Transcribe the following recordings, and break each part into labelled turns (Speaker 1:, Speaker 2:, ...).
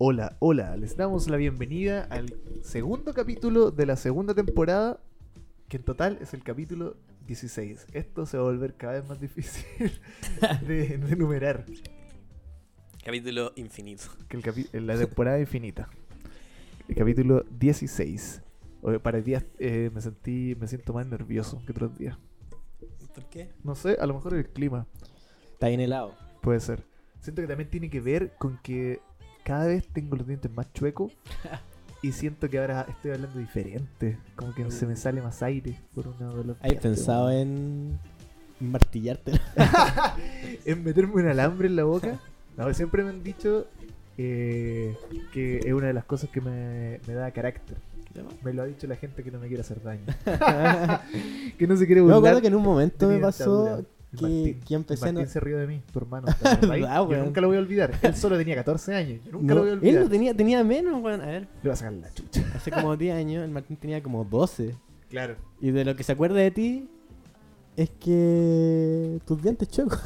Speaker 1: Hola, hola, les damos la bienvenida al segundo capítulo de la segunda temporada, que en total es el capítulo 16. Esto se va a volver cada vez más difícil de, de enumerar
Speaker 2: Capítulo infinito.
Speaker 1: que el capi- en la temporada infinita. El capítulo 16. Oye, para el día eh, me sentí, me siento más nervioso que otros días.
Speaker 2: ¿Por qué?
Speaker 1: No sé, a lo mejor el clima.
Speaker 3: Está bien helado.
Speaker 1: Puede ser. Siento que también tiene que ver con que cada vez tengo los dientes más chuecos y siento que ahora estoy hablando diferente. Como que se me sale más aire por una de los
Speaker 3: Mm. ¿Hay
Speaker 1: dientes,
Speaker 3: pensado
Speaker 1: weón.
Speaker 3: en martillarte?
Speaker 1: en meterme un alambre en la boca? No, siempre me han dicho eh, que es una de las cosas que me, me da carácter. Me lo ha dicho la gente que no me quiere hacer daño. que no se quiere
Speaker 3: Yo me
Speaker 1: burlar.
Speaker 3: acuerdo que en un
Speaker 1: de
Speaker 3: momento
Speaker 1: mi
Speaker 3: me pasó
Speaker 1: dentadura. El
Speaker 3: que,
Speaker 1: Martín.
Speaker 3: que
Speaker 1: El
Speaker 3: empecé a no-
Speaker 1: Martín se rió de mí, tu hermano. ¿te acordáis?
Speaker 3: Verdad,
Speaker 1: yo
Speaker 3: weón.
Speaker 1: nunca lo voy a olvidar. Él solo tenía 14 años. Yo nunca
Speaker 3: no-
Speaker 1: lo voy a olvidar.
Speaker 3: Él lo tenía, tenía menos, weón. A ver,
Speaker 1: Le va a sacar la chucha.
Speaker 3: hace como 10 años el Martín tenía como 12.
Speaker 1: Claro.
Speaker 3: Y de lo que se acuerda de ti es que tus dientes chocos.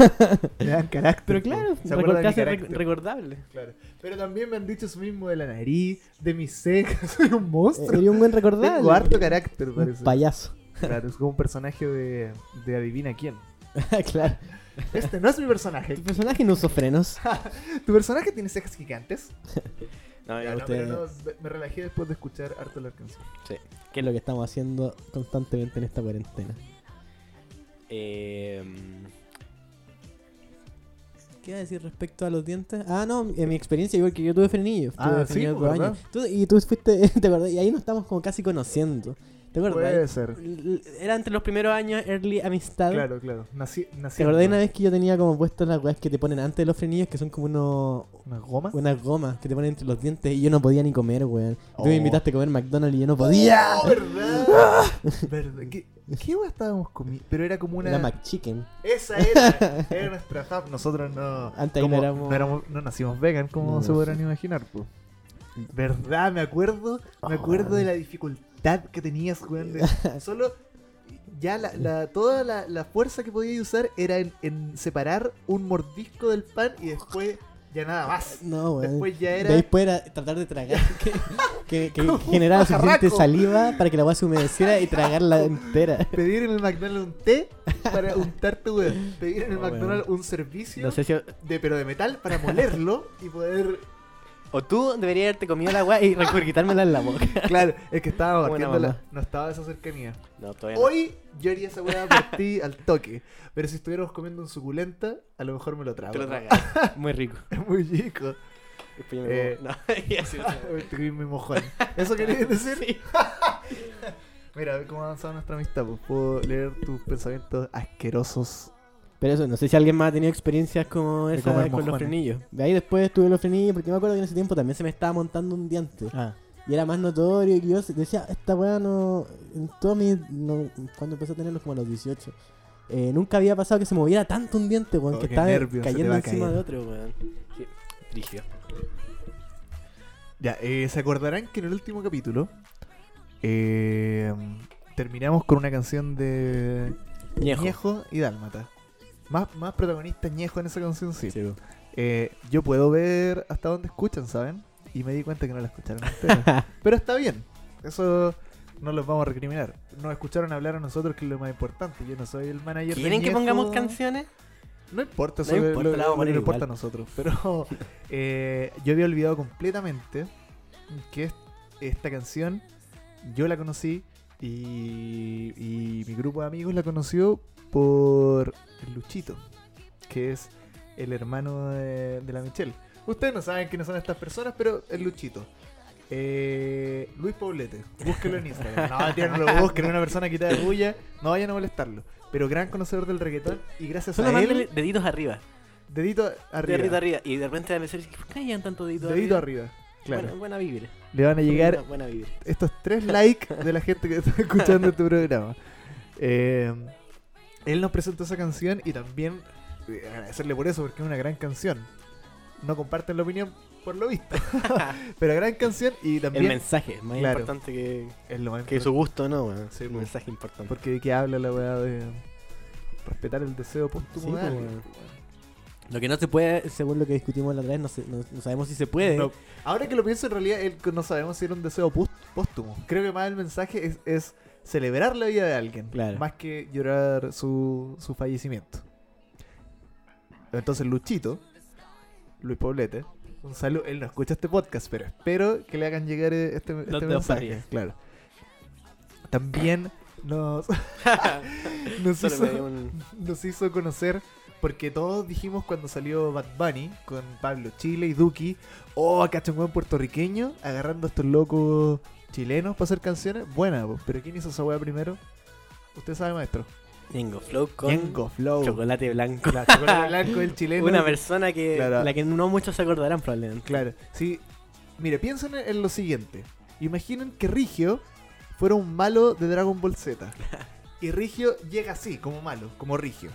Speaker 1: Me dan carácter.
Speaker 3: Pero claro,
Speaker 1: se acuerda de mi
Speaker 3: recordaste-
Speaker 1: carácter.
Speaker 3: recordable.
Speaker 1: Claro. Pero también me han dicho eso mismo de la nariz, de mis cejas. Soy un monstruo.
Speaker 3: Sería un buen recordable.
Speaker 1: Tengo harto carácter,
Speaker 3: Un
Speaker 1: parece.
Speaker 3: payaso.
Speaker 1: Claro, es como un personaje de, de adivina quién.
Speaker 3: claro.
Speaker 1: Este no es mi personaje.
Speaker 3: Tu personaje no usó frenos.
Speaker 1: Ah, ¿Tu personaje tiene cejas gigantes?
Speaker 2: No,
Speaker 1: Ya,
Speaker 2: no,
Speaker 1: no,
Speaker 3: usted-
Speaker 1: pero no, me- me relajé después de escuchar harto la canción.
Speaker 3: Que es lo que estamos haciendo constantemente en esta cuarentena.
Speaker 2: eh, mm,
Speaker 3: ¿Qué iba a decir respecto a los dientes? Ah, no, en mi experiencia, igual que yo tuve frenillos.
Speaker 1: Ah,
Speaker 3: tuve
Speaker 1: sí,
Speaker 3: frenillos
Speaker 1: pues,
Speaker 3: dos
Speaker 1: ¿verdad?
Speaker 3: años. Tú- y tú fuiste, ¿te acuerdas? Y ahí nos estamos como casi conociendo. ¿Te
Speaker 1: Puede
Speaker 3: acuerdas?
Speaker 1: ser.
Speaker 3: Era entre los primeros años, early amistad.
Speaker 1: Claro, claro. Nací, nací
Speaker 3: ¿Te acordás una vez que yo tenía como puestas las weas que te ponen antes de los frenillos, que son como unos,
Speaker 1: ¿Una goma?
Speaker 3: unas gomas que te ponen entre los dientes y yo no podía ni comer, weón? Tú
Speaker 1: Oh.
Speaker 3: me invitaste a comer McDonald's y yo no podía.
Speaker 1: ¡Oh, verdad! ¿Verdad? ¿Qué, qué hueá estábamos comiendo? Pero era como una...
Speaker 3: Era McChicken.
Speaker 1: Esa era, era nuestra fab. Nosotros no.
Speaker 3: Antes ahí
Speaker 1: como-
Speaker 3: no éramos-
Speaker 1: No, no nacimos vegan, como
Speaker 3: No.
Speaker 1: se podrán imaginar, po. ¿Verdad? Me acuerdo. Me acuerdo de la dificultad que tenías, weón. de- Solo. Ya la, la- toda la, la fuerza que podías usar era en, en separar un mordisco del pan y después ya nada más.
Speaker 3: No, weón.
Speaker 1: Después ya
Speaker 3: De ahí
Speaker 1: era.
Speaker 3: fuera, tratar de tragar, que, que, que
Speaker 1: Como un
Speaker 3: generara suficiente
Speaker 1: pajarraco.
Speaker 3: saliva para que la agua se humedeciera y tragarla entera.
Speaker 1: Pedir en el McDonald's un té para untarte, weón. Pedir en el
Speaker 3: Oh, weón.
Speaker 1: McDonald's un servicio,
Speaker 2: no sé si.
Speaker 1: de, pero de metal, para molerlo y poder
Speaker 2: O tú deberías haberte comido la agua y recurgitármela en la boca.
Speaker 1: Claro, es que estaba
Speaker 2: Buena
Speaker 1: partiendo la-
Speaker 2: mamá.
Speaker 1: No estaba esa cercanía.
Speaker 2: No, todavía no.
Speaker 1: Hoy yo haría esa weá por ti al toque. Pero si estuviéramos comiendo un suculenta, a lo mejor me lo trago.
Speaker 2: Te lo tragas. Muy rico.
Speaker 1: Es muy chico.
Speaker 2: Después yo me
Speaker 1: Eh,
Speaker 2: como- No, y así no se puede.
Speaker 1: Uy, te comí mi mojón. ¿Eso querías decir?
Speaker 2: Sí.
Speaker 1: Mira, a ver cómo ha avanzado nuestra amistad. Pues puedo leer tus pensamientos asquerosos.
Speaker 3: Pero eso, no sé si alguien más ha tenido experiencias como
Speaker 1: De
Speaker 3: esa
Speaker 1: comer
Speaker 3: con los
Speaker 1: mojones.
Speaker 3: frenillos. De ahí después tuve los frenillos, porque me acuerdo que en ese tiempo también se me estaba montando un diente.
Speaker 1: Ah.
Speaker 3: Y era más notorio que yo decía, esta weá no. En todo mi. no- cuando empecé a tenerlos como a los 18. eh, nunca había pasado que se moviera tanto un diente, weón,
Speaker 1: Oh,
Speaker 3: que
Speaker 1: qué
Speaker 3: estaba
Speaker 1: nervio, se te
Speaker 3: cayendo
Speaker 1: va a
Speaker 3: encima
Speaker 1: caer.
Speaker 3: de otro.
Speaker 2: Otro, weón. Qué Rígido.
Speaker 1: Ya, eh, se acordarán que en el último capítulo eh, terminamos con una canción de
Speaker 2: Ñejo.
Speaker 1: Ñejo y Dálmata. Más, más protagonista Ñejo en esa canción, sí.
Speaker 3: Sí, weón.
Speaker 1: Eh, yo puedo ver hasta dónde escuchan, ¿saben? Y me di cuenta que no la escucharon ustedes. Pero está bien. Eso no los vamos a recriminar. Nos escucharon hablar a nosotros, que es lo más importante. Yo no soy el manager. de
Speaker 2: ¿Quieren que
Speaker 1: Ñejo.
Speaker 2: pongamos canciones?
Speaker 1: No importa,
Speaker 2: No
Speaker 1: eso es
Speaker 2: importa,
Speaker 1: lo-
Speaker 2: la vamos a
Speaker 1: lo que
Speaker 2: poner
Speaker 1: nos importa
Speaker 2: igual.
Speaker 1: a nosotros. Pero eh, yo había olvidado completamente que es- esta canción yo la conocí y, y mi grupo de amigos la conoció por Luchito, que es el hermano de, de la Michelle. Ustedes no saben quiénes son estas personas, pero es Luchito. Eh, Luis Poblete, búsquelo en Instagram. No, mentira, no lo busquen, es una persona que de bulla, no vayan a molestarlo. Pero gran conocedor del reggaetón y gracias
Speaker 2: Solo
Speaker 1: a
Speaker 2: mándale
Speaker 1: él,
Speaker 2: deditos arriba.
Speaker 1: dedito arriba.
Speaker 2: Dedito arriba. Y de repente a me dice, ¿por qué hayan tanto dedito arriba?
Speaker 1: Dedito arriba, claro.
Speaker 2: Buena, buena vibra.
Speaker 1: Le van a llegar
Speaker 2: Buena, buena vibra.
Speaker 1: estos tres likes de la gente que está escuchando este programa. Eh, él nos presentó esa canción y también eh, agradecerle por eso, porque es una gran canción. No comparten la opinión por lo visto, pero gran canción y
Speaker 3: El
Speaker 1: también
Speaker 3: mensaje, más
Speaker 1: Claro.
Speaker 3: importante que,
Speaker 1: es lo más
Speaker 3: que su gusto, ¿no? weón?
Speaker 1: Sí,
Speaker 3: un
Speaker 1: pues.
Speaker 3: mensaje importante.
Speaker 1: Porque de qué habla la weá de respetar el deseo póstumo
Speaker 3: Sí,
Speaker 1: de alguien,
Speaker 3: pues,
Speaker 1: pues, weón.
Speaker 3: Lo que no se puede, según lo que discutimos la otra vez, no, se- no- no sabemos si se puede.
Speaker 1: No. Ahora que lo pienso, en realidad él- no sabemos si era un deseo pus- póstumo. Creo que más el mensaje es, es celebrar la vida de alguien,
Speaker 3: Claro.
Speaker 1: más que llorar su, su fallecimiento. Entonces, Luchito, Luis Poblete, un saludo. Él no escucha este podcast, pero espero que le hagan llegar eh, este, este
Speaker 3: te
Speaker 1: mensaje.
Speaker 3: paría.
Speaker 1: Claro. También nos, nos
Speaker 2: Solo
Speaker 1: hizo
Speaker 2: me dio un-
Speaker 1: nos hizo conocer porque todos dijimos cuando salió Bad Bunny con Pablo Chile y Duki, oh, cacho un weón puertorriqueño agarrando a estos locos chilenos para hacer canciones. Buena, po. pero ¿quién hizo esa weá primero? Usted sabe, maestro.
Speaker 2: Ñengo Flow con
Speaker 1: Ñengo Flow.
Speaker 2: chocolate blanco.
Speaker 1: La chocolate blanco del chileno.
Speaker 2: Una persona que
Speaker 1: Claro.
Speaker 2: la que no muchos se acordarán probablemente.
Speaker 1: Claro, sí. Mire, piensen en lo siguiente. Imaginen que Rigio fuera un malo de Dragon Ball Z. Y Rigio llega así, como malo, como Rigio.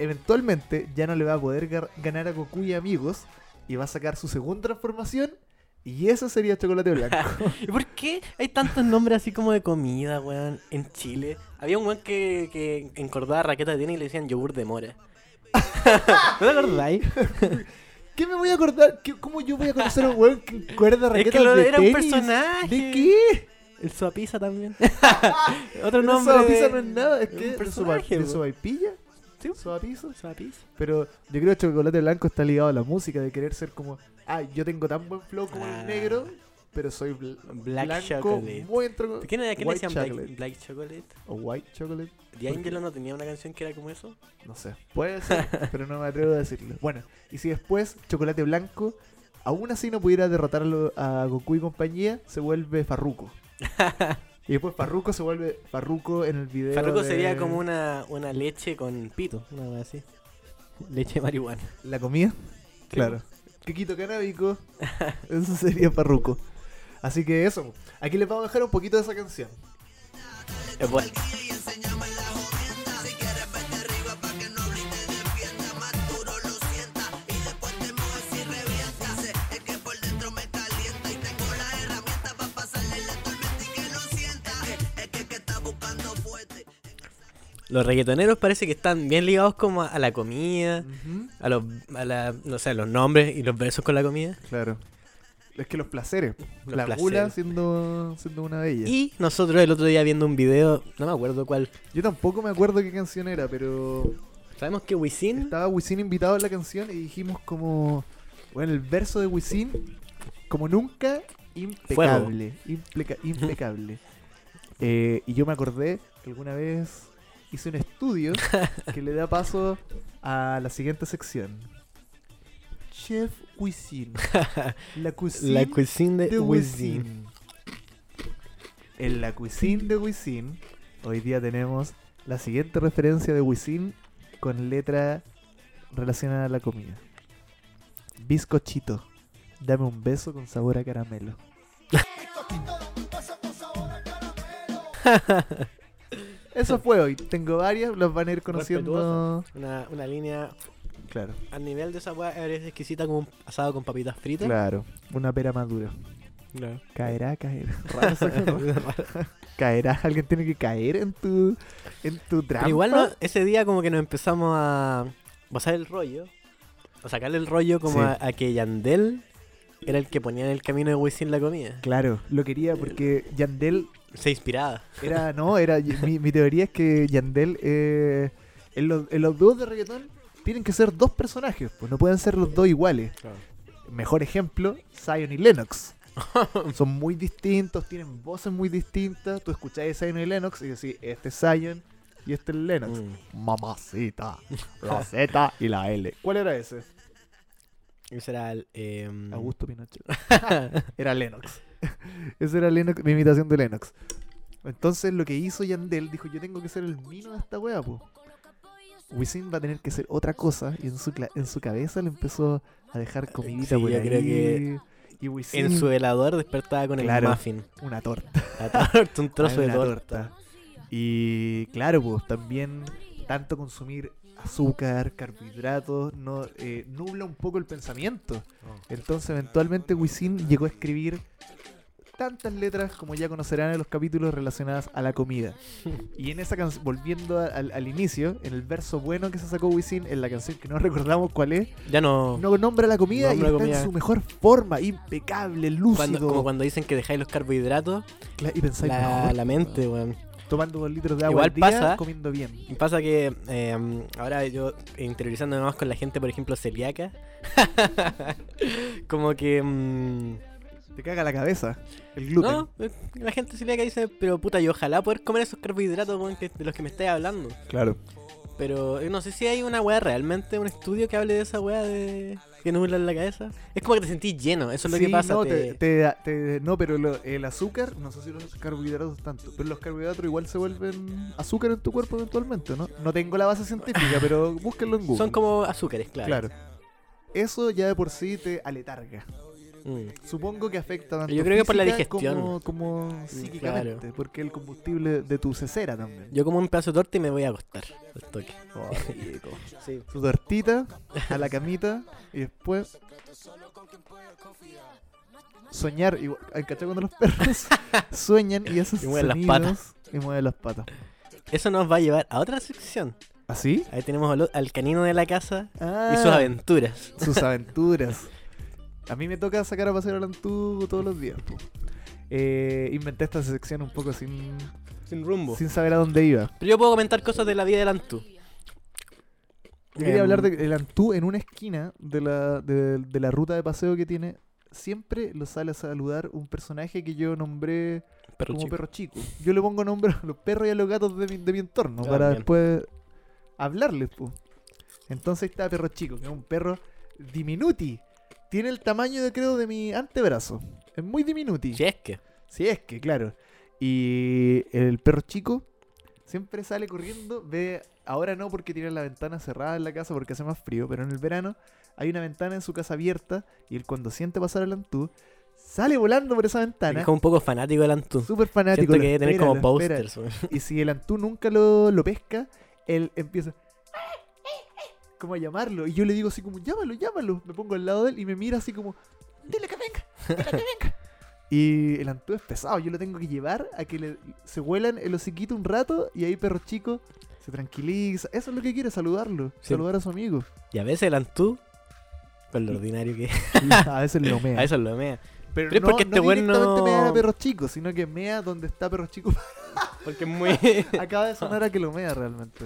Speaker 1: Eventualmente ya no le va a poder gar- ganar a Goku y amigos y va a sacar su segunda transformación y esa sería Chocolate Blanco.
Speaker 2: ¿Y por qué hay tantos nombres así como de comida, weón, en Chile? Había un weón que, que encordaba raqueta de tiene y le decían yogur de mora. ¿No te acordáis?
Speaker 1: ¿Qué me voy a acordar? ¿Qué- ¿Cómo yo voy a conocer a un weón que cuerda
Speaker 2: Es
Speaker 1: raqueta
Speaker 2: que lo-
Speaker 1: de
Speaker 2: era un
Speaker 1: tenis?
Speaker 2: personaje.
Speaker 1: ¿De qué?
Speaker 2: El suapiza también. Otro
Speaker 1: No,
Speaker 2: nombre.
Speaker 1: Suapiza
Speaker 2: de-
Speaker 1: no es nada. Es que
Speaker 2: un
Speaker 1: de
Speaker 2: personaje,
Speaker 1: Suba- de
Speaker 2: po.
Speaker 1: Subaipilla,
Speaker 2: Sí.
Speaker 1: Suapiza.
Speaker 2: Suapiza.
Speaker 1: Pero yo creo que este Chocolate Blanco está ligado a la música, de querer ser como, ah, yo tengo tan buen flow como
Speaker 2: Ah.
Speaker 1: el negro, pero soy bl-
Speaker 2: Black
Speaker 1: blanco,
Speaker 2: Chocolate.
Speaker 1: muy entro-
Speaker 2: ¿Quién era que le
Speaker 1: White
Speaker 2: decían
Speaker 1: chocolate.
Speaker 2: Black, Black Chocolate?
Speaker 1: o white chocolate,
Speaker 2: D'Angelo no tenía una canción que era como eso.
Speaker 1: no sé, puede ser, pero no me atrevo a decirlo. Bueno, y si después Chocolate Blanco aún así no pudiera derrotarlo a Goku y compañía, se vuelve Farruko. y después Farruko se vuelve Farruko en el video
Speaker 2: Farruko
Speaker 1: de
Speaker 2: sería como una, una leche con pito, una cosa así. Leche de marihuana.
Speaker 1: la comida. Claro. Quequito canábico. Eso sería Farruko. Así que eso. Aquí les vamos a dejar un poquito de esa canción.
Speaker 2: Es bueno. Los reggaetoneros parece que están bien ligados como a- a la comida, a los, a la- no sé, los nombres y los versos con la comida.
Speaker 1: Claro. Es que los placeres.
Speaker 2: Los
Speaker 1: la gula
Speaker 2: placeres.
Speaker 1: siendo, siendo una de ellas.
Speaker 2: Y nosotros el otro día viendo un video, no me acuerdo cuál,
Speaker 1: Yo tampoco me acuerdo qué canción era, pero
Speaker 2: sabemos que Wisin
Speaker 1: estaba Wisin invitado a la canción y dijimos como. Bueno, el verso de Wisin, como nunca, impecable. impeca- impecable. Eh, y yo me acordé que alguna vez hice un estudio que le da paso a la siguiente sección. Chef Wisin. La cuisine,
Speaker 2: La cuisine
Speaker 1: de
Speaker 2: de Wisin.
Speaker 1: Wisin. En la cuisine de Wisin, hoy día tenemos la siguiente referencia de Wisin con letra relacionada a la comida. Bizcochito, dame un beso con sabor a caramelo. Eso fue hoy. Tengo varias, los van a ir conociendo.
Speaker 2: Una, una línea
Speaker 1: Claro,
Speaker 2: al nivel de esa weá es exquisita como un asado con papitas fritas.
Speaker 1: claro. Una pera madura.
Speaker 2: Claro.
Speaker 1: Caerá, caerá. Raro esa cosa. caerá, alguien tiene que caer en tu en tu trampa.
Speaker 2: Pero igual no- ese día como que nos empezamos a pasar el rollo, a sacarle el rollo como
Speaker 1: Sí.
Speaker 2: a, a que Yandel era el que ponía en el camino de Wisin la comida.
Speaker 1: Claro, lo quería porque Yandel
Speaker 2: Se inspiraba.
Speaker 1: era no, era mi, mi teoría es que Yandel eh, en, los, en los dúos de reggaetón tienen que ser dos personajes, pues no pueden ser los dos iguales. Mejor ejemplo, Zion y Lennox. Son muy distintos, tienen voces muy distintas. Tú escucháis a Zion y Lennox y decís, este es Zion y este es Lennox.
Speaker 2: Mm.
Speaker 1: Mamacita, la Z y la L. ¿Cuál era ese?
Speaker 2: Ese era el... em,
Speaker 1: Augusto Pinochet. era Lennox. Esa era Lennox, mi imitación de Lennox. Entonces lo que hizo Yandel dijo, yo tengo que ser el mino de esta wea, po. Wisin va a tener que ser otra cosa y en su, cla- en su cabeza le empezó a dejar comidita
Speaker 2: Ah, Sí,
Speaker 1: por
Speaker 2: yo
Speaker 1: ahí.
Speaker 2: creo que
Speaker 1: y Wisin,
Speaker 2: en su velador despertaba con
Speaker 1: Claro.
Speaker 2: el muffin.
Speaker 1: una torta.
Speaker 2: La torta, un trozo
Speaker 1: Hay
Speaker 2: de
Speaker 1: una
Speaker 2: torta.
Speaker 1: Y claro, pues también tanto consumir azúcar, carbohidratos, no, eh,
Speaker 2: Oh.
Speaker 1: nubla un poco el pensamiento. Entonces eventualmente Wisin llegó a escribir... "Ta tantas letras como ya conocerán en los capítulos relacionadas a la comida. Y en esa canción, volviendo a- al, al inicio, en el verso bueno que se sacó Wisin, en la canción que no recordamos cuál es,
Speaker 2: Ya no.
Speaker 1: no nombra la comida
Speaker 2: Oh.
Speaker 1: y
Speaker 2: Nombra la
Speaker 1: está
Speaker 2: comida.
Speaker 1: en su mejor forma, impecable,
Speaker 2: Cuando-
Speaker 1: lúcido.
Speaker 2: como cuando dicen que dejáis los carbohidratos,
Speaker 1: Cla- y pensáis,
Speaker 2: la,
Speaker 1: "No,
Speaker 2: la mente, weón.
Speaker 1: tomando dos litros de agua
Speaker 2: Igual
Speaker 1: al día,
Speaker 2: pasa-
Speaker 1: comiendo bien.
Speaker 2: Y Pasa que eh, ahora yo interiorizándome más con la gente, por ejemplo, celíaca. como que. mm,
Speaker 1: Te caga la cabeza el gluten.
Speaker 2: no, eh, la gente celíaca dice, pero puta, yo ojalá poder comer esos carbohidratos weón, que- de los que me estáis hablando.
Speaker 1: Claro.
Speaker 2: Pero eh, no sé si hay una weá realmente, un estudio que hable de esa weá de que nubla en la cabeza. Es como que te sentís lleno, eso es lo
Speaker 1: Sí,
Speaker 2: que pasa.
Speaker 1: No,
Speaker 2: te-
Speaker 1: te- te- te- no pero lo- el azúcar, no sé si los carbohidratos tanto, pero los carbohidratos igual se vuelven azúcar en tu cuerpo eventualmente, ¿no? No tengo la base científica, pero búsquenlo en Google.
Speaker 2: Son como azúcares, claro.
Speaker 1: Claro. Eso ya de por sí te aletarga.
Speaker 2: Mm.
Speaker 1: Supongo que afecta tanto
Speaker 2: Yo creo que por la
Speaker 1: física
Speaker 2: digestión.
Speaker 1: como,
Speaker 2: Mm,
Speaker 1: como psíquicamente,
Speaker 2: claro.
Speaker 1: porque el combustible de tu cesera también.
Speaker 2: Yo como un pedazo de torta y me voy a acostar al toque.
Speaker 1: Oh, rico.
Speaker 2: Sí.
Speaker 1: Su tortita a la camita y después soñar igual ay, ¿cachai? cuando los perros sueñan y hacen
Speaker 2: Y mueven las
Speaker 1: sonidos y mueven las patas
Speaker 2: Eso nos va a llevar a otra sección.
Speaker 1: ¿así?
Speaker 2: Ahí tenemos al, al canino de la casa
Speaker 1: Ah,
Speaker 2: y sus aventuras.
Speaker 1: sus aventuras a mí me toca sacar a pasear al Antuco todos los días po. Eh, inventé esta sección un poco sin,
Speaker 2: Sin rumbo.
Speaker 1: sin saber a dónde iba
Speaker 2: Pero yo puedo comentar cosas de la vida de Lantú. Em,
Speaker 1: Quería hablar de que el Antú en una esquina de la, de, de la ruta de paseo que tiene. Siempre lo sale a saludar un personaje que yo nombré
Speaker 2: Perro
Speaker 1: como
Speaker 2: chico.
Speaker 1: perro chico. Yo le pongo nombre a los perros y a los gatos de mi, de mi entorno
Speaker 2: Ah,
Speaker 1: para
Speaker 2: bien.
Speaker 1: después hablarles. po. Entonces está perro chico, que es un perro diminuti. Tiene el tamaño, de, creo, de mi antebrazo. Es muy diminuti.
Speaker 2: Si es que.
Speaker 1: Si es que, claro. Y el perro chico siempre sale corriendo, ve, ahora no porque tiene la ventana cerrada en la casa porque hace más frío, pero en el verano hay una ventana en su casa abierta y él cuando siente pasar el Antú, sale volando por esa ventana.
Speaker 2: Es como un poco fanático de Lantú.
Speaker 1: Súper fanático.
Speaker 2: Siento que
Speaker 1: lo
Speaker 2: debe tener
Speaker 1: espera,
Speaker 2: como
Speaker 1: lo espera.
Speaker 2: posters. weón.
Speaker 1: Y si el Antú nunca lo, lo pesca, él empieza "Eh, como a llamarlo. Y yo le digo así como, llámalo, llámalo. Me pongo al lado de él y me mira así como, dile que venga, dile que venga. Y el Antú es pesado, yo lo tengo que llevar a que le- se huelan el hociquito un rato y ahí perro chico se tranquiliza. Eso es lo que quiere, saludarlo,
Speaker 2: Sí.
Speaker 1: saludar a su amigo.
Speaker 2: Y a veces Lantú, con lo ordinario que es,
Speaker 1: a veces lo mea.
Speaker 2: a eso lo mea.
Speaker 1: Pero,
Speaker 2: pero es
Speaker 1: no,
Speaker 2: porque este
Speaker 1: no
Speaker 2: weón
Speaker 1: directamente
Speaker 2: no-
Speaker 1: mea a perro chico, sino que mea donde está perro chico
Speaker 2: Porque es muy.
Speaker 1: Acaba de sonar a que lo mea realmente.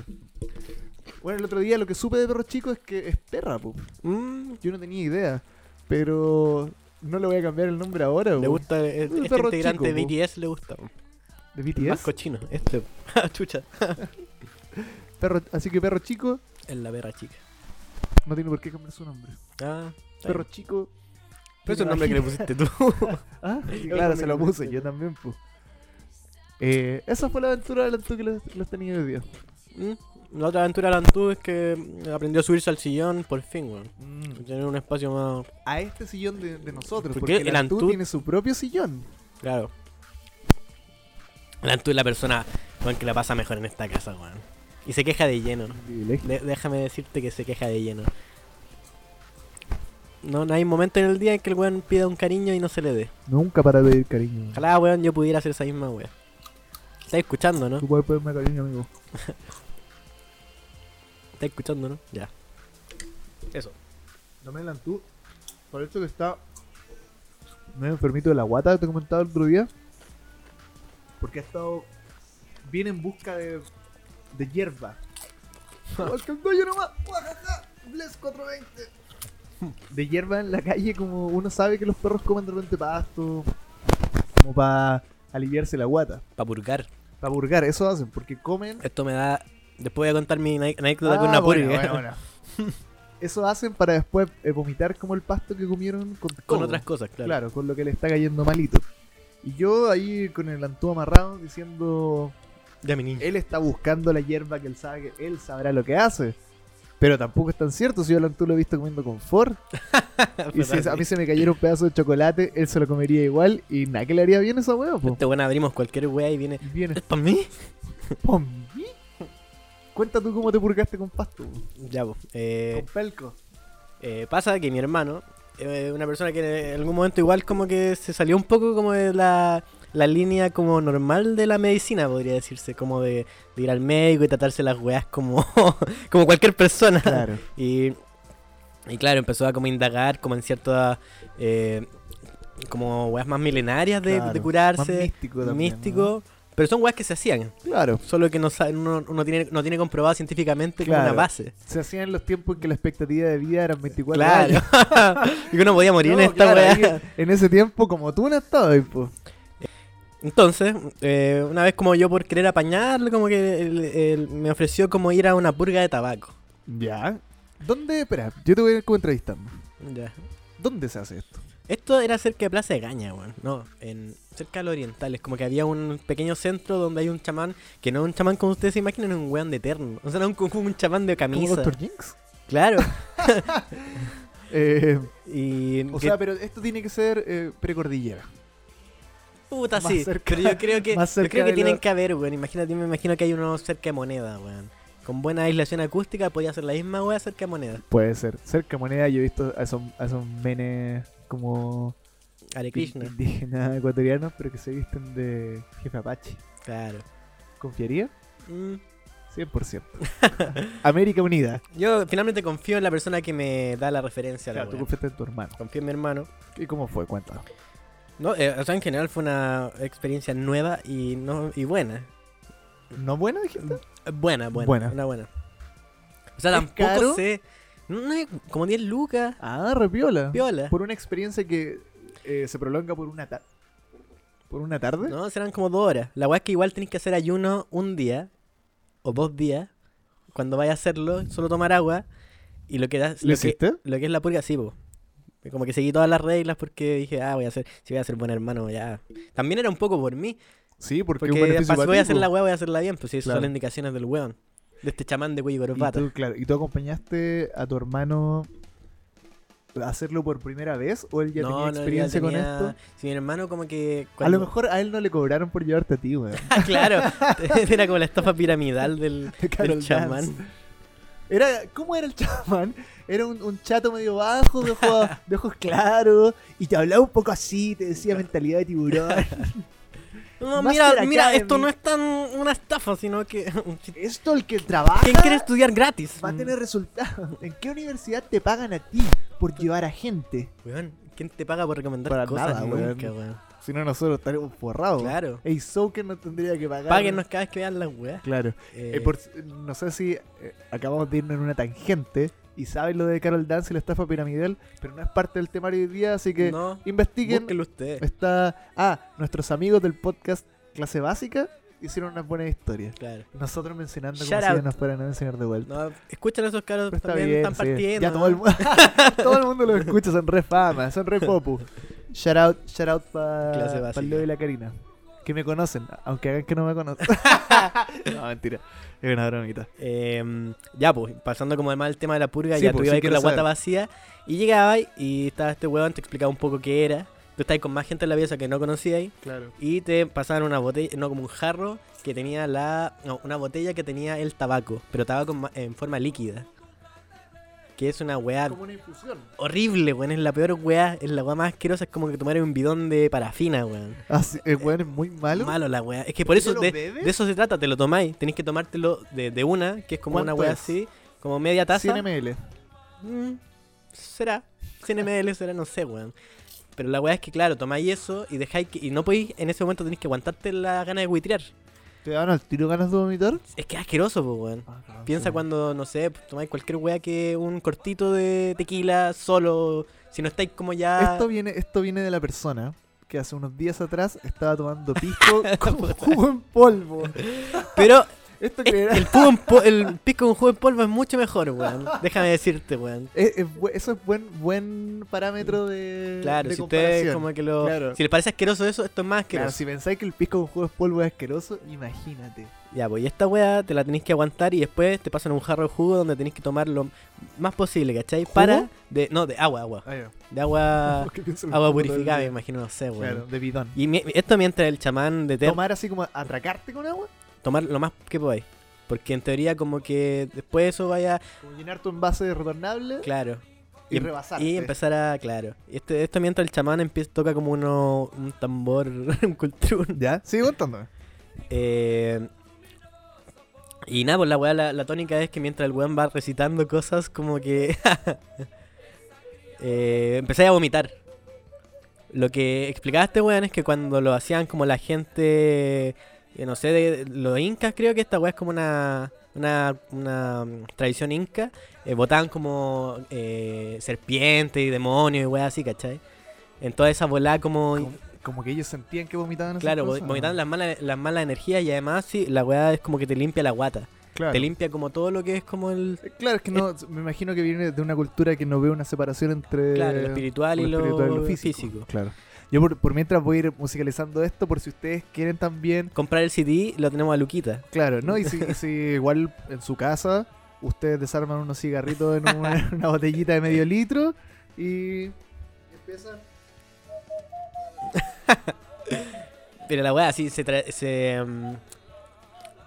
Speaker 1: Bueno, el otro día lo que supe de perro chico es que es perra, po.
Speaker 2: Mm,
Speaker 1: Yo no tenía idea. Pero no le voy a cambiar el nombre ahora,
Speaker 2: le
Speaker 1: po.
Speaker 2: gusta. eh, Este
Speaker 1: perro
Speaker 2: integrante
Speaker 1: chico,
Speaker 2: de
Speaker 1: po.
Speaker 2: BTS le gusta. weón.
Speaker 1: De
Speaker 2: Más
Speaker 1: BTS.
Speaker 2: cochino. Este. Chucha.
Speaker 1: Perro, así que perro chico
Speaker 2: Es la perra chica.
Speaker 1: no tiene por qué cambiar su nombre.
Speaker 2: Ah.
Speaker 1: Perro chico.
Speaker 2: Pero es un nombre que le pusiste tú.
Speaker 1: Ah, sí,
Speaker 2: Es
Speaker 1: claro,
Speaker 2: un nombre
Speaker 1: se
Speaker 2: que
Speaker 1: lo
Speaker 2: le
Speaker 1: puse
Speaker 2: pusiste.
Speaker 1: yo también, po. Eh, esa fue la aventura del Antú que les, les tenía hoy día.
Speaker 2: Mm, La otra aventura de Lantú es que mm, aprendió a subirse al sillón por fin, weón. Tener un espacio más.
Speaker 1: Mm, A este sillón de, de nosotros,
Speaker 2: Porque
Speaker 1: porque el,
Speaker 2: el
Speaker 1: Antú
Speaker 2: Antú-
Speaker 1: tiene su propio sillón.
Speaker 2: Claro. Lantú es la persona weón, que la pasa mejor en esta casa, weón. Y se queja de lleno. De- déjame decirte que se queja de lleno. No, no hay momento en el día en que el weón pida un cariño y no se le dé.
Speaker 1: Nunca para pedir cariño.
Speaker 2: Ojalá, weón, yo pudiera hacer esa misma weón. Está escuchando, ¿no?
Speaker 1: Tú puedes pedirme cariño, amigo.
Speaker 2: Está escuchando, ¿no? Ya. Eso.
Speaker 1: Domelan, tú, por eso que está medio enfermito de la guata que te comentaba el otro día. Porque ha estado bien en busca de, de hierba. Igual que el dueño nomás. Guajaja, Bless 420. De hierba en la calle, como uno sabe que los perros comen de repente pasto, como para aliviarse la guata.
Speaker 2: Para purgar.
Speaker 1: Para burgar, eso hacen, porque comen
Speaker 2: Esto me da. Después voy a contar mi ane- anécdota con
Speaker 1: Ah,
Speaker 2: una
Speaker 1: bueno,
Speaker 2: purga.
Speaker 1: bueno, bueno. Eso hacen para después eh, vomitar como el pasto que comieron con,
Speaker 2: Con
Speaker 1: todo.
Speaker 2: otras cosas, claro.
Speaker 1: Uh, Claro. con lo que le está cayendo malito. Y yo ahí con el antú amarrado diciendo,
Speaker 2: Ya, mi niño.
Speaker 1: él está buscando la hierba que él sabe que él sabrá lo que hace. Pero tampoco es tan cierto si yo al antú lo he visto comiendo confort. y si a mí se me cayera un pedazo de chocolate, él se lo comería igual y nada que le haría bien a esa hueá, po.
Speaker 2: Este weón abrimos cualquier weá y viene.
Speaker 1: Viene,
Speaker 2: ¿Es para mí?
Speaker 1: "Pom, ¿y?". Cuenta tú cómo te purgaste con pasto, po.
Speaker 2: Ya, pues. Eh,
Speaker 1: con pelco.
Speaker 2: Eh, pasa que mi hermano eh, una persona que en algún momento igual como que se salió un poco como de la, la línea como normal de la medicina, podría decirse, como de, de ir al médico y tratarse las weas como, como cualquier persona.
Speaker 3: Claro.
Speaker 2: Y, y claro, empezó a como indagar como en ciertas eh, como weas más milenarias de,
Speaker 3: Claro,
Speaker 2: de
Speaker 3: más
Speaker 1: Más
Speaker 2: curarse,
Speaker 1: místico también.
Speaker 2: místico, pero son weas que se hacían.
Speaker 1: ¿no? Claro.
Speaker 2: Solo que no, sa- uno, uno tiene, no tiene comprobado científicamente como
Speaker 1: Claro.
Speaker 2: una base.
Speaker 1: Se hacían en los tiempos en que la expectativa de vida eran 24
Speaker 2: Claro.
Speaker 1: años.
Speaker 2: y que uno podía morir
Speaker 1: No,
Speaker 2: en esta
Speaker 1: claro,
Speaker 2: weá.
Speaker 1: ahí En ese tiempo, como tú no estabas, pues.
Speaker 2: Entonces, eh, una vez como yo por querer apañarlo, como que él- él me ofreció como ir a una purga de tabaco.
Speaker 1: Ya. ¿Dónde? Espera, yo te voy a ir como entrevistando.
Speaker 2: Ya.
Speaker 1: ¿Dónde se hace esto?
Speaker 2: Esto era cerca de Plaza de Gaña, weón. No, en, cerca de los orientales. Como que había un pequeño centro donde hay un chamán, que no es un chamán como ustedes se imaginan, es un weón de terno. O sea, no es un, un chamán de
Speaker 1: ¿Como
Speaker 2: camisa.
Speaker 1: Dr. Jinx?
Speaker 2: Claro.
Speaker 1: Eh,
Speaker 2: Y
Speaker 1: o
Speaker 2: que-
Speaker 1: sea, pero esto tiene que ser eh, precordillera.
Speaker 2: puta,
Speaker 1: más
Speaker 2: sí.
Speaker 1: cerca-
Speaker 2: pero yo creo que,
Speaker 1: más
Speaker 2: yo
Speaker 1: cerca
Speaker 2: creo que
Speaker 1: de
Speaker 2: tienen
Speaker 1: lo-
Speaker 2: que haber, weón. Imagínate, me imagino que hay uno cerca de moneda, weón. Con buena aislación acústica podía ser la misma weá cerca de moneda.
Speaker 1: Puede ser. Cerca moneda, yo he visto a esos, a esos menes como
Speaker 2: Hare
Speaker 1: in-
Speaker 2: Krishna.
Speaker 1: indígenas ecuatorianos, pero que se visten de jefe Apache.
Speaker 2: Claro.
Speaker 1: ¿Confiaría?
Speaker 2: Mm.
Speaker 1: 100%. América Unida.
Speaker 2: Yo finalmente confío en la persona que me da la referencia. a la
Speaker 1: Claro, tú
Speaker 2: weá.
Speaker 1: confiaste en tu hermano.
Speaker 2: confío en mi hermano.
Speaker 1: ¿Y cómo fue? Cuéntanos.
Speaker 2: No, eh, o sea, en general fue una experiencia nueva y no y buena.
Speaker 1: ¿No bueno, dijiste?
Speaker 2: Eh, Buena, buena.
Speaker 1: Buena.
Speaker 2: Una buena. O sea,
Speaker 1: ¿Es
Speaker 2: tampoco
Speaker 1: caro?
Speaker 2: sé. No, no es como 10 lucas.
Speaker 1: Ah, repiola.
Speaker 2: Piola.
Speaker 1: Por una experiencia que eh, se prolonga por una tarde. ¿Por una tarde?
Speaker 2: No, serán como dos horas. La weá es que igual tenés que hacer ayuno un día o dos días. Cuando vayas a hacerlo, solo tomar agua. Y lo que das.
Speaker 1: ¿Lo
Speaker 2: Lo que,
Speaker 1: hiciste?
Speaker 2: lo que es la purga, sí, po. Como que seguí todas las reglas porque dije, ah, voy a hacer, si voy a ser buen hermano, ya. También era un poco por mí.
Speaker 1: Sí, porque, un
Speaker 2: Porque
Speaker 1: beneficio
Speaker 2: pa- si
Speaker 1: para
Speaker 2: voy a
Speaker 1: ti,
Speaker 2: hacer la
Speaker 1: po.
Speaker 2: weá, voy a hacerla bien. Pues si esas son
Speaker 1: Claro.
Speaker 2: las indicaciones del weón. De este chamán de cuello y
Speaker 1: y
Speaker 2: corbata.
Speaker 1: tú, claro, ¿Y tú acompañaste a tu hermano a hacerlo por primera vez? ¿O él ya tenía
Speaker 2: ya
Speaker 1: experiencia
Speaker 2: tenía-
Speaker 1: con esto?
Speaker 2: Sí, mi hermano como que...
Speaker 1: A
Speaker 2: cuando-
Speaker 1: lo mejor a él no le cobraron por llevarte a ti, weón.
Speaker 2: Ah, claro. era como la estafa piramidal del,
Speaker 1: Carol
Speaker 2: del
Speaker 1: Dance.
Speaker 2: chamán.
Speaker 1: Era, ¿Cómo era el chamán? Era un, un chato medio bajo, de ojos, de ojos claros, y te hablaba un poco así, te decía mentalidad de tiburón.
Speaker 2: No,
Speaker 1: Master
Speaker 2: mira, mira,
Speaker 1: Academy.
Speaker 2: esto no es tan una estafa, sino que...
Speaker 1: Esto el que trabaja
Speaker 2: ¿Quién quiere estudiar gratis?
Speaker 1: va a tener resultados. ¿En qué universidad te pagan a ti por llevar a gente?
Speaker 2: Mm. Weón, ¿quién te paga por recomendar
Speaker 1: Para
Speaker 2: cosas
Speaker 1: nada, weón.
Speaker 2: nunca, weón?
Speaker 1: Si no, nosotros estaremos forrados.
Speaker 2: Claro.
Speaker 1: Ey, Soaker no tendría que pagar.
Speaker 2: Páguenos cada vez que vean las weas.
Speaker 1: Claro.
Speaker 2: Eh,
Speaker 1: Eh, por- no sé si eh, acabamos de irnos en una tangente y saben lo de Carol Dance y la estafa piramidal, pero no es parte del temario hoy día, así que
Speaker 2: No,
Speaker 1: investiguen.
Speaker 2: búsquenlo ustedes.
Speaker 1: Está. Ah, nuestros amigos del podcast Clase Básica hicieron unas buenas historias.
Speaker 2: Claro.
Speaker 1: Nosotros mencionando
Speaker 2: Shout
Speaker 1: como si
Speaker 2: out.
Speaker 1: ya nos fueran a enseñar de vuelta.
Speaker 2: No, escuchan a esos caros
Speaker 1: Pero está
Speaker 2: también,
Speaker 1: bien,
Speaker 2: están
Speaker 1: sí.
Speaker 2: partiendo.
Speaker 1: Ya todo el, mu- todo el mundo lo escucha, son re fama, son re popu. Shout out, shout out
Speaker 2: Clase
Speaker 1: para
Speaker 2: básica.
Speaker 1: Leo y la Karina. Que me conocen, aunque hagan que no me conozcan. no, mentira. Es una bromita.
Speaker 2: Eh, ya, pues, pasando como además el tema de la purga,
Speaker 1: Sí,
Speaker 2: ya
Speaker 1: pues,
Speaker 2: tú ibas
Speaker 1: sí
Speaker 2: ahí con
Speaker 1: quiero
Speaker 2: la guata
Speaker 1: saber.
Speaker 2: vacía y llegabas y estaba este huevón, te explicaba un poco qué era. Tú estabas con más gente en la pieza que no conocías
Speaker 1: Claro.
Speaker 2: y te pasaban una botella, no como un jarro que tenía la. No, una botella que tenía el tabaco, pero tabaco en ma- en forma líquida. Que es una weá
Speaker 1: una infusión.
Speaker 2: horrible, weón. Es la peor weá, es la weá más asquerosa, es como que tomar un bidón de parafina, weón.
Speaker 1: Ah, el weón es muy malo.
Speaker 2: Malo la weá. Es que por eso
Speaker 1: lo
Speaker 2: de,
Speaker 1: bebes?
Speaker 2: de eso se trata, te lo tomáis. Tenéis que tomártelo de, de una, que es como una
Speaker 1: ¿Cuánto
Speaker 2: weá
Speaker 1: es?
Speaker 2: así, como media taza.
Speaker 1: 100 ml.
Speaker 2: Mm, será. 100 ml será, no sé, weón. Pero la weá es que, claro, tomáis eso y dejáis que. Y no podéis, en ese momento tenéis que aguantarte la gana de buitrear.
Speaker 1: ¿Te dan al tiro ganas de vomitar?
Speaker 2: Es que es asqueroso, pues, weón.
Speaker 1: Ah,
Speaker 2: Piensa cuando, no sé, pues, tomáis cualquier weá que un cortito de tequila solo. Si no estáis como ya.
Speaker 1: Esto viene, esto viene de la persona que hace unos días atrás estaba tomando pisco con jugo en polvo.
Speaker 2: Pero
Speaker 1: Esto
Speaker 2: es-
Speaker 1: que era-
Speaker 2: el, jugo en po- el pisco con jugo en polvo es mucho mejor, weón. Déjame decirte, weón.
Speaker 1: es- es bu- eso es buen buen parámetro de,
Speaker 2: Claro,
Speaker 1: de
Speaker 2: si ustedes
Speaker 1: comparación.
Speaker 2: como que lo.
Speaker 1: Claro.
Speaker 2: Si les parece asqueroso eso, esto es más
Speaker 1: Claro,
Speaker 2: asqueroso.
Speaker 1: si pensáis que el pisco con jugo en polvo es asqueroso, imagínate.
Speaker 2: Ya, pues y esta weá te la tenéis que aguantar y después te pasan un jarro de jugo donde tenéis que tomar lo más posible, ¿cachai?
Speaker 1: ¿Jugo?
Speaker 2: Para. De, no, de agua, agua. De agua.
Speaker 1: ¿Qué pienso en el
Speaker 2: Ah, agua
Speaker 1: jugo todo el
Speaker 2: purificada, me
Speaker 1: día?
Speaker 2: imagino, no sé, weón.
Speaker 1: Claro, de bidón.
Speaker 2: Y mi- esto mientras el chamán de ter-
Speaker 1: Tomar así como atracarte con agua,
Speaker 2: tomar lo más que podáis. Porque en teoría, como que después eso vaya.
Speaker 1: como llenar tu envase de retornable
Speaker 2: Claro.
Speaker 1: Y,
Speaker 2: em-
Speaker 1: rebasar.
Speaker 2: y
Speaker 1: sí.
Speaker 2: empezar a, claro. Y este, esto mientras el chamán empieza, toca como uno, un tambor, un cultrún.
Speaker 1: ¿Ya? Sigue contándome.
Speaker 2: Eh, y nada, pues la weá, la, la tónica es que mientras el weón va recitando cosas, como que. eh, empecé a vomitar. Lo que explicaba este weón es que cuando lo hacían como la gente. eh, No sé, de los incas, creo que esta weá es como una. Una, una, mm, tradición inca, eh, botaban como eh, serpiente y demonio y weá así, ¿cachai? En toda esa volada como
Speaker 1: Como, como que ellos sentían que vomitaban. esas
Speaker 2: Claro,
Speaker 1: cosas,
Speaker 2: vo-
Speaker 1: ¿no?
Speaker 2: vomitan las malas, las malas energías y además sí, la weá es como que te limpia la guata.
Speaker 1: Claro.
Speaker 2: Te limpia como todo lo que es como el...
Speaker 1: Eh, Claro, es que no, me imagino que viene de una cultura que no ve una separación entre
Speaker 2: Claro, lo espiritual y lo,
Speaker 1: Eh, espiritual y
Speaker 2: físico.
Speaker 1: Claro. Yo por, por mientras voy a ir musicalizando esto, por si ustedes quieren también.
Speaker 2: Comprar el CD lo tenemos a Luquita.
Speaker 1: Claro, ¿no? Y si, y si igual en su casa ustedes desarman unos cigarritos en una, una botellita de medio litro y empiezan.
Speaker 2: Pero la weá sí se... tra- se, mm,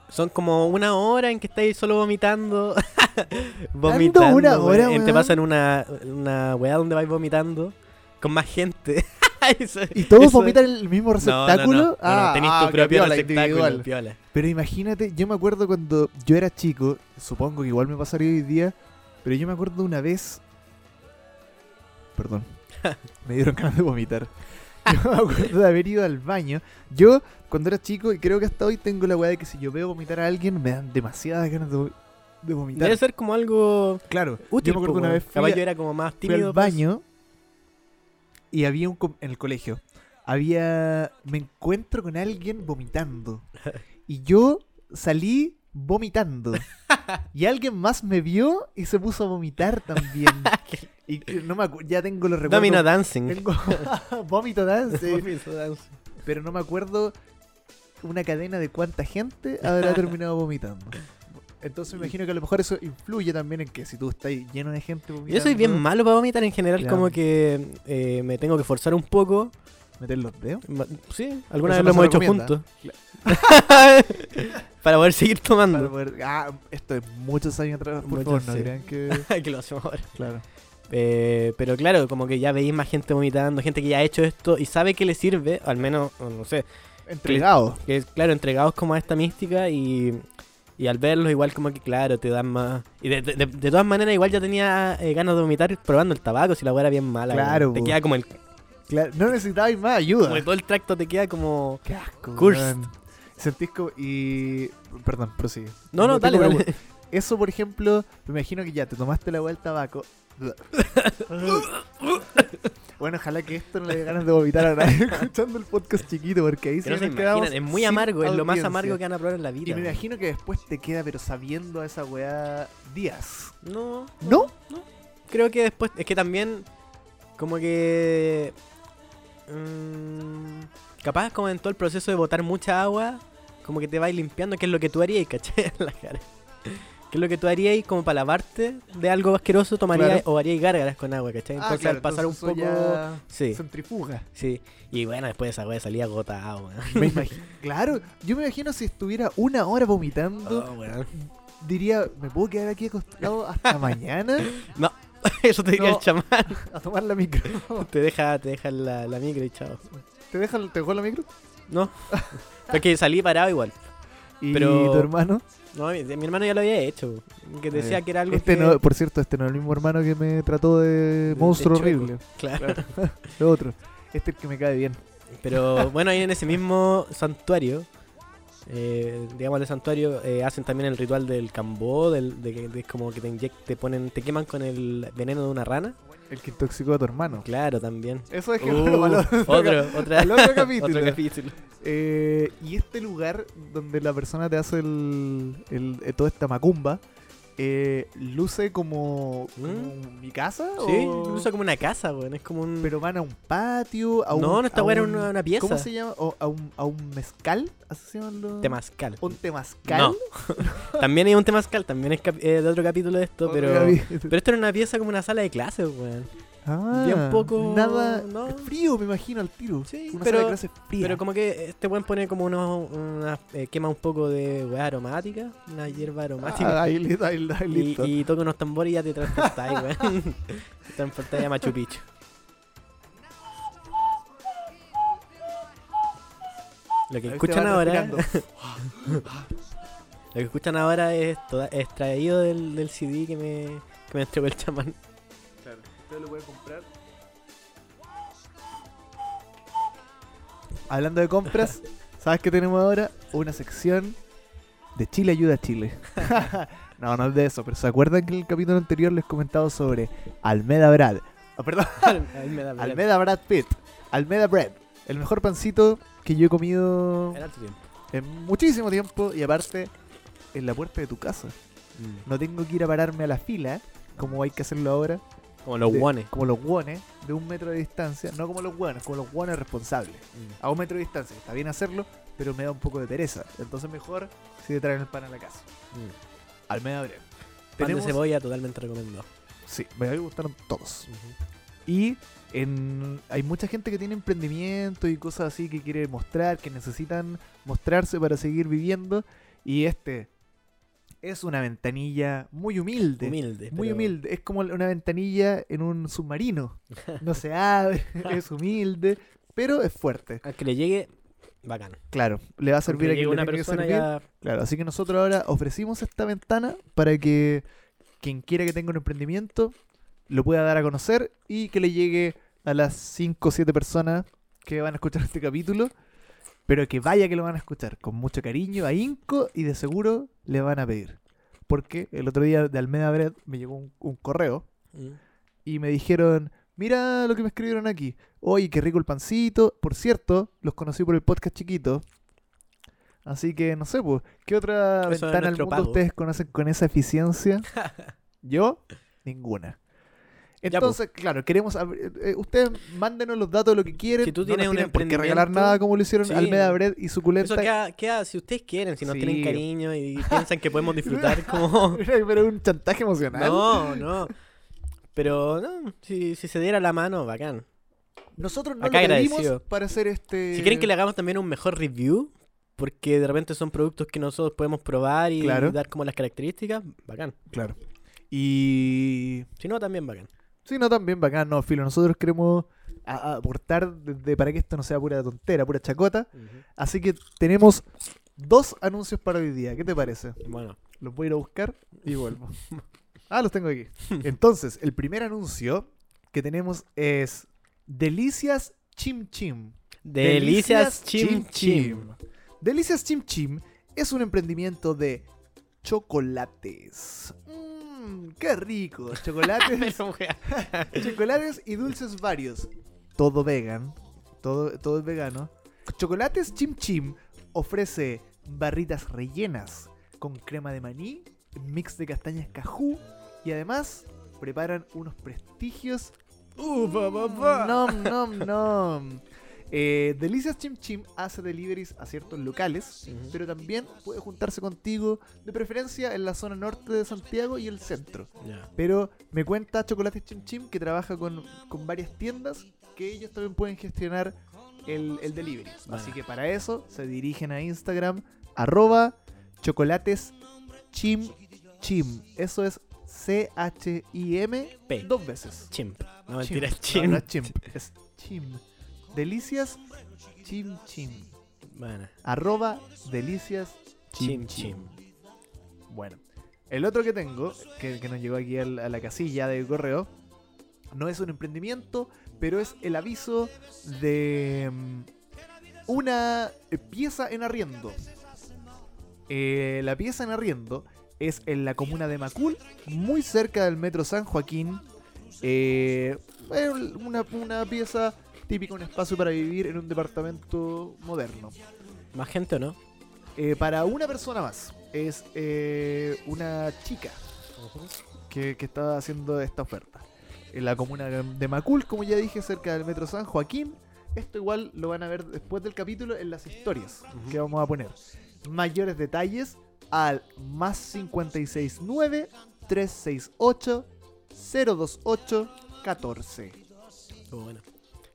Speaker 2: son como una hora en que estáis solo vomitando. vomitando.
Speaker 1: una
Speaker 2: weá.
Speaker 1: hora,
Speaker 2: Eh, Te
Speaker 1: weón?
Speaker 2: pasan una, una weá donde vais vomitando con más gente. Eso-
Speaker 1: ¿Y todos
Speaker 2: eso-
Speaker 1: vomitan el mismo
Speaker 2: No, no, no,
Speaker 1: receptáculo? Ah,
Speaker 2: no, no, tenés tu
Speaker 1: ok,
Speaker 2: propio
Speaker 1: piola,
Speaker 2: receptáculo,
Speaker 1: individual.
Speaker 2: piola.
Speaker 1: Pero imagínate, yo me acuerdo cuando yo era chico, supongo que igual me pasaría hoy día, pero yo me acuerdo una vez. Perdón. me dieron ganas de vomitar. Yo me acuerdo de haber ido al baño. Yo, cuando era chico, y creo que hasta hoy tengo la weá de que si yo veo vomitar a alguien, me dan demasiadas ganas de, vo- de vomitar.
Speaker 2: Debe ser como algo
Speaker 1: Claro,
Speaker 2: útil.
Speaker 1: yo me acuerdo
Speaker 2: po,
Speaker 1: una
Speaker 2: weón.
Speaker 1: vez fui,
Speaker 2: Capaz
Speaker 1: a-
Speaker 2: yo era como más
Speaker 1: fui al
Speaker 2: tímido. pues.
Speaker 1: baño y había un com- en el colegio había me encuentro con alguien vomitando y yo salí vomitando y alguien más me vio y se puso a vomitar también y que- no me acu- ya tengo los recuerdos
Speaker 2: Domino Dancing.
Speaker 1: tengo vómito dance
Speaker 2: Domino Dancing.
Speaker 1: pero no me acuerdo una cadena de cuánta gente habrá terminado vomitando entonces me imagino que a lo mejor eso influye también en que si tú estás lleno de gente vomitando
Speaker 2: Yo soy bien malo para vomitar en general,
Speaker 1: Claro.
Speaker 2: como que eh, me tengo que forzar un poco.
Speaker 1: meter los dedos
Speaker 2: Ma- Sí, alguna
Speaker 1: Eso
Speaker 2: vez
Speaker 1: no se
Speaker 2: lo hemos hecho
Speaker 1: recomienda.
Speaker 2: juntos. para poder seguir tomando.
Speaker 1: Para poder- ah, esto es muchos años atrás, por
Speaker 2: Mm. Muchos,
Speaker 1: favor, no
Speaker 2: sí.
Speaker 1: crean que...
Speaker 2: que lo hacemos ahora.
Speaker 1: Claro.
Speaker 2: Eh, pero claro, como que ya veis más gente vomitando, gente que ya ha hecho esto y sabe que le sirve, al menos, o no sé,
Speaker 1: Entregado.
Speaker 2: que es, claro, entregados como a esta mística y, y al verlos igual como que claro, te dan más... Y de, de- de- de todas maneras igual ya tenía eh, ganas de vomitar probando el tabaco si la hueá era bien mala. weón.
Speaker 1: Claro,
Speaker 2: Te
Speaker 1: po.
Speaker 2: queda como el...
Speaker 1: Claro, No necesitabais más ayuda.
Speaker 2: Como que todo el tracto te queda como...
Speaker 1: Qué asco.
Speaker 2: Cursed.
Speaker 1: weón. Sentís como... Y... Perdón, prosigue.
Speaker 2: No, no,
Speaker 1: tengo
Speaker 2: dale,
Speaker 1: agua.
Speaker 2: dale.
Speaker 1: Eso, por ejemplo, me imagino que ya te tomaste la vuelta tabaco. bueno, ojalá que esto no le dé ganas de vomitar a nadie escuchando el podcast chiquito, porque ahí
Speaker 2: Que no
Speaker 1: sí
Speaker 2: se
Speaker 1: nos quedamos
Speaker 2: imaginan, es muy
Speaker 1: sin
Speaker 2: amargo, es lo más
Speaker 1: audiencia.
Speaker 2: amargo que van a probar en la vida.
Speaker 1: Y me
Speaker 2: weón.
Speaker 1: imagino que después te queda, pero sabiendo a esa weá días.
Speaker 2: No,
Speaker 1: ¿No?
Speaker 2: creo que después... Es que también como que... mm, capaz como en todo el proceso de botar mucha agua, como que te vais limpiando, que es lo que tú harías, ¿cachai? En la cara. Que es lo que tú harías como para lavarte de algo asqueroso, tomarías o harías gárgaras con agua, ¿cachai?
Speaker 1: Ah,
Speaker 2: Entonces
Speaker 1: claro,
Speaker 2: al pasar
Speaker 1: entonces
Speaker 2: un poco...
Speaker 1: eso ya
Speaker 2: Sí,
Speaker 1: Centrifuga.
Speaker 2: sí. Y bueno, después de esa weá salía gota agua.
Speaker 1: Me imagi- claro, yo me imagino si estuviera una hora vomitando, diría, ¿me puedo quedar aquí acostado hasta mañana
Speaker 2: Eso te diría
Speaker 1: No.
Speaker 2: el chamán.
Speaker 1: a tomar la micro?
Speaker 2: Te deja, te deja la, la micro y chao.
Speaker 1: ¿Te deja, te dejó la micro?
Speaker 2: No. Porque salí parado igual.
Speaker 1: ¿Y
Speaker 2: Pero-
Speaker 1: tu hermano?
Speaker 2: No, mi, mi hermano ya lo había hecho. Que decía que era algo
Speaker 1: Este
Speaker 2: que-
Speaker 1: no, por cierto, este no es el mismo hermano que me trató de
Speaker 2: de
Speaker 1: monstruo
Speaker 2: chueco.
Speaker 1: horrible.
Speaker 2: Claro.
Speaker 1: El otro. Este es el que me cae bien.
Speaker 2: Pero bueno, ahí en ese mismo santuario, eh, digamos el santuario, eh, hacen también el ritual del cambó, del, de, que- de como que te inyect- te ponen, te queman con el veneno de una rana.
Speaker 1: El que intoxicó a tu hermano.
Speaker 2: Claro, también.
Speaker 1: Eso es que
Speaker 2: Uh,
Speaker 1: lo valoro.
Speaker 2: otro, otra,
Speaker 1: Al otro capítulo.
Speaker 2: otro capítulo.
Speaker 1: Eh, y este lugar donde la persona te hace el, el- eh, toda esta macumba, eh, luce como, como mi casa.
Speaker 2: ¿Mm? Sí,
Speaker 1: o-
Speaker 2: incluso como una casa, weón. Es como un.
Speaker 1: Oh. Pero van a un patio, a un...
Speaker 2: no, no
Speaker 1: a
Speaker 2: esta weá era
Speaker 1: un-
Speaker 2: una, una pieza.
Speaker 1: ¿Cómo se llama? O- a, un, a un mezcal, así se llaman los...
Speaker 2: Temazcal.
Speaker 1: Un temazcal.
Speaker 2: No, También hay un temazcal, también es cap- eh, de otro capítulo de esto,
Speaker 1: Otro
Speaker 2: pero.
Speaker 1: capítulo.
Speaker 2: Pero esto era una pieza como una sala de clases, weón.
Speaker 1: Ah,
Speaker 2: Bien poco-
Speaker 1: Nada.
Speaker 2: no.
Speaker 1: Frío, me imagino, al tiro.
Speaker 2: Sí,
Speaker 1: Una
Speaker 2: pero-
Speaker 1: sala de clases fría.
Speaker 2: Pero como que este buen pone como unos, unas, eh, quema un poco de weá aromática, una hierba aromática.
Speaker 1: Ah, ahí, li- ahí- ahí
Speaker 2: y,
Speaker 1: listo.
Speaker 2: y toca unos tambores y ya te transportáis, weón. te transportáis a Machu Picchu. Lo que
Speaker 1: Ahí te
Speaker 2: escuchan
Speaker 1: van
Speaker 2: ahora.
Speaker 1: respirando.
Speaker 2: Lo que escuchan ahora es toda- extraído del, del CD que me, que me entregó el chamán.
Speaker 1: Claro, yo lo voy a comprar. Hablando de compras, ¿sabes qué tenemos ahora? Una sección de Chile ayuda a Chile. no, no es de eso, pero ¿se acuerdan que en el capítulo anterior les comentaba sobre Almeda Brad? Ah, perdón,
Speaker 2: Ahí me da pena.
Speaker 1: Almeda Brad Pitt. Almeda Bread, el mejor pancito que yo he comido
Speaker 2: Era tu tiempo.
Speaker 1: en muchísimo tiempo y aparte en la puerta de tu casa.
Speaker 2: Mm.
Speaker 1: No tengo que ir a pararme a la fila, como hay que hacerlo ahora,
Speaker 2: Como los
Speaker 1: de-
Speaker 2: guanes.
Speaker 1: Como los guones de un metro de distancia. No como los guones, como los guones responsables.
Speaker 2: Mm.
Speaker 1: A un metro de distancia. Está bien hacerlo, pero me da un poco de pereza. Entonces mejor si te traen el pan a la casa. Almeda breve.
Speaker 2: Mm. Pan de
Speaker 1: Tenemos-
Speaker 2: cebolla totalmente recomendado.
Speaker 1: Sí, me gustaron todos. Y en, hay mucha gente que tiene emprendimiento y cosas así que quiere mostrar, que necesitan mostrarse para seguir viviendo. Y este es una ventanilla muy humilde.
Speaker 2: Humilde.
Speaker 1: Muy
Speaker 2: pero-
Speaker 1: humilde, es como una ventanilla en un submarino. No se abre, es humilde, pero es fuerte.
Speaker 2: Al que le llegue, bacán.
Speaker 1: Claro, le va a servir a
Speaker 2: Al que le llegue
Speaker 1: quien le
Speaker 2: una
Speaker 1: tiene que
Speaker 2: persona
Speaker 1: servir.
Speaker 2: ya.
Speaker 1: Claro, así que nosotros ahora ofrecimos esta ventana para que quien quiera que tenga un emprendimiento lo pueda dar a conocer y que le llegue a las 5 o 7 personas que van a escuchar este capítulo, pero que vaya que lo van a escuchar con mucho cariño, ahínco y de seguro le van a pedir. Porque el otro día de Almeda Bread me llegó un- un correo
Speaker 2: Mm.
Speaker 1: y me dijeron, mira lo que me escribieron aquí. Oye, qué rico el pancito. Por cierto, los conocí por el podcast chiquito. Así que no sé, pues, ¿qué otra
Speaker 2: Eso es
Speaker 1: ventana al
Speaker 2: nuestro
Speaker 1: mundo
Speaker 2: pago.
Speaker 1: ustedes conocen con esa eficiencia? Yo, ninguna.
Speaker 2: Ya, pues. po.
Speaker 1: Entonces, claro, queremos. abrir- eh, ustedes mándenos los datos de lo que quieren.
Speaker 2: Si tú
Speaker 1: no
Speaker 2: tienes
Speaker 1: nos
Speaker 2: un
Speaker 1: tienen por qué regalar
Speaker 2: emprendimiento,
Speaker 1: nada como lo hicieron
Speaker 2: sí.
Speaker 1: Almeda Bread y Suculenta.
Speaker 2: Eso queda, queda si ustedes quieren, si nos
Speaker 1: Sí.
Speaker 2: tienen cariño y piensan que podemos disfrutar como.
Speaker 1: Pero un chantaje emocional.
Speaker 2: No, no. Pero no, si, si se diera la mano, bacán.
Speaker 1: Nosotros no
Speaker 2: Acá
Speaker 1: lo pedimos
Speaker 2: agradecido.
Speaker 1: para hacer este.
Speaker 2: Si quieren que le hagamos también un mejor review, porque de repente son productos que nosotros podemos probar y
Speaker 1: Claro.
Speaker 2: dar como las características, bacán.
Speaker 1: Claro. Y.
Speaker 2: Si no, también bacán.
Speaker 1: Sí, no, también bacán, no, filo. Nosotros queremos a- a- aportar desde para que esto no sea pura tontera, pura chacota. Así que tenemos dos anuncios para hoy día. ¿Qué te parece?
Speaker 2: Bueno,
Speaker 1: Los voy a ir a buscar y vuelvo. Ah, los tengo aquí. Entonces, el primer anuncio que tenemos es Delicias Chim Chim.
Speaker 2: delicias chim chim.
Speaker 1: Delicias Chim Chim es un emprendimiento de chocolates. Mmm, qué rico. Chocolates.
Speaker 2: Pero, wea,
Speaker 1: Chocolates y dulces varios. Todo vegan. Todo, todo es vegano. Chocolates Chim Chim ofrece barritas rellenas con crema de maní, mix de castañas cajú y además preparan unos prestigios. Mm,
Speaker 2: Ufa, papá.
Speaker 1: Nom, nom, nom. Eh, Delicias Chim Chim hace deliveries a ciertos locales,
Speaker 2: Ujú.
Speaker 1: pero también puede juntarse contigo, de preferencia en la zona norte de Santiago y el centro.
Speaker 2: Ya.
Speaker 1: Pero me cuenta Chocolates Chim Chim que trabaja con, con varias tiendas que ellos también pueden gestionar el, el delivery.
Speaker 2: Vale.
Speaker 1: Así que para eso se dirigen a Instagram, arroba chocolates chim chim. Eso es C-H-I-M
Speaker 2: P.
Speaker 1: dos veces.
Speaker 2: Chimp. No,
Speaker 1: Chimp.
Speaker 2: mentira,
Speaker 1: No,
Speaker 2: chimp.
Speaker 1: no es chimp, es chim. Delicias chim chim.
Speaker 2: Bueno,
Speaker 1: Arroba delicias
Speaker 2: chim
Speaker 1: chim.
Speaker 2: chim.
Speaker 1: Bueno, el otro que tengo, que, que nos llegó aquí al- a la casilla de correo, no es un emprendimiento, pero es el aviso de mm, una pieza en arriendo. Eh, la pieza en arriendo es en la comuna de Macul, muy cerca del metro San Joaquín. Eh, es una, una pieza típica, un espacio para vivir en un departamento moderno.
Speaker 2: ¿Más gente o no?
Speaker 1: Eh, para una persona más. Es eh, una chica que, que está haciendo esta oferta. En la comuna de Macul, como ya dije, cerca del Metro San Joaquín. Esto igual lo van a ver después del capítulo en las historias
Speaker 2: Ujú.
Speaker 1: que vamos a poner. Mayores detalles al más 569 368 028 14.
Speaker 2: Oh, bueno.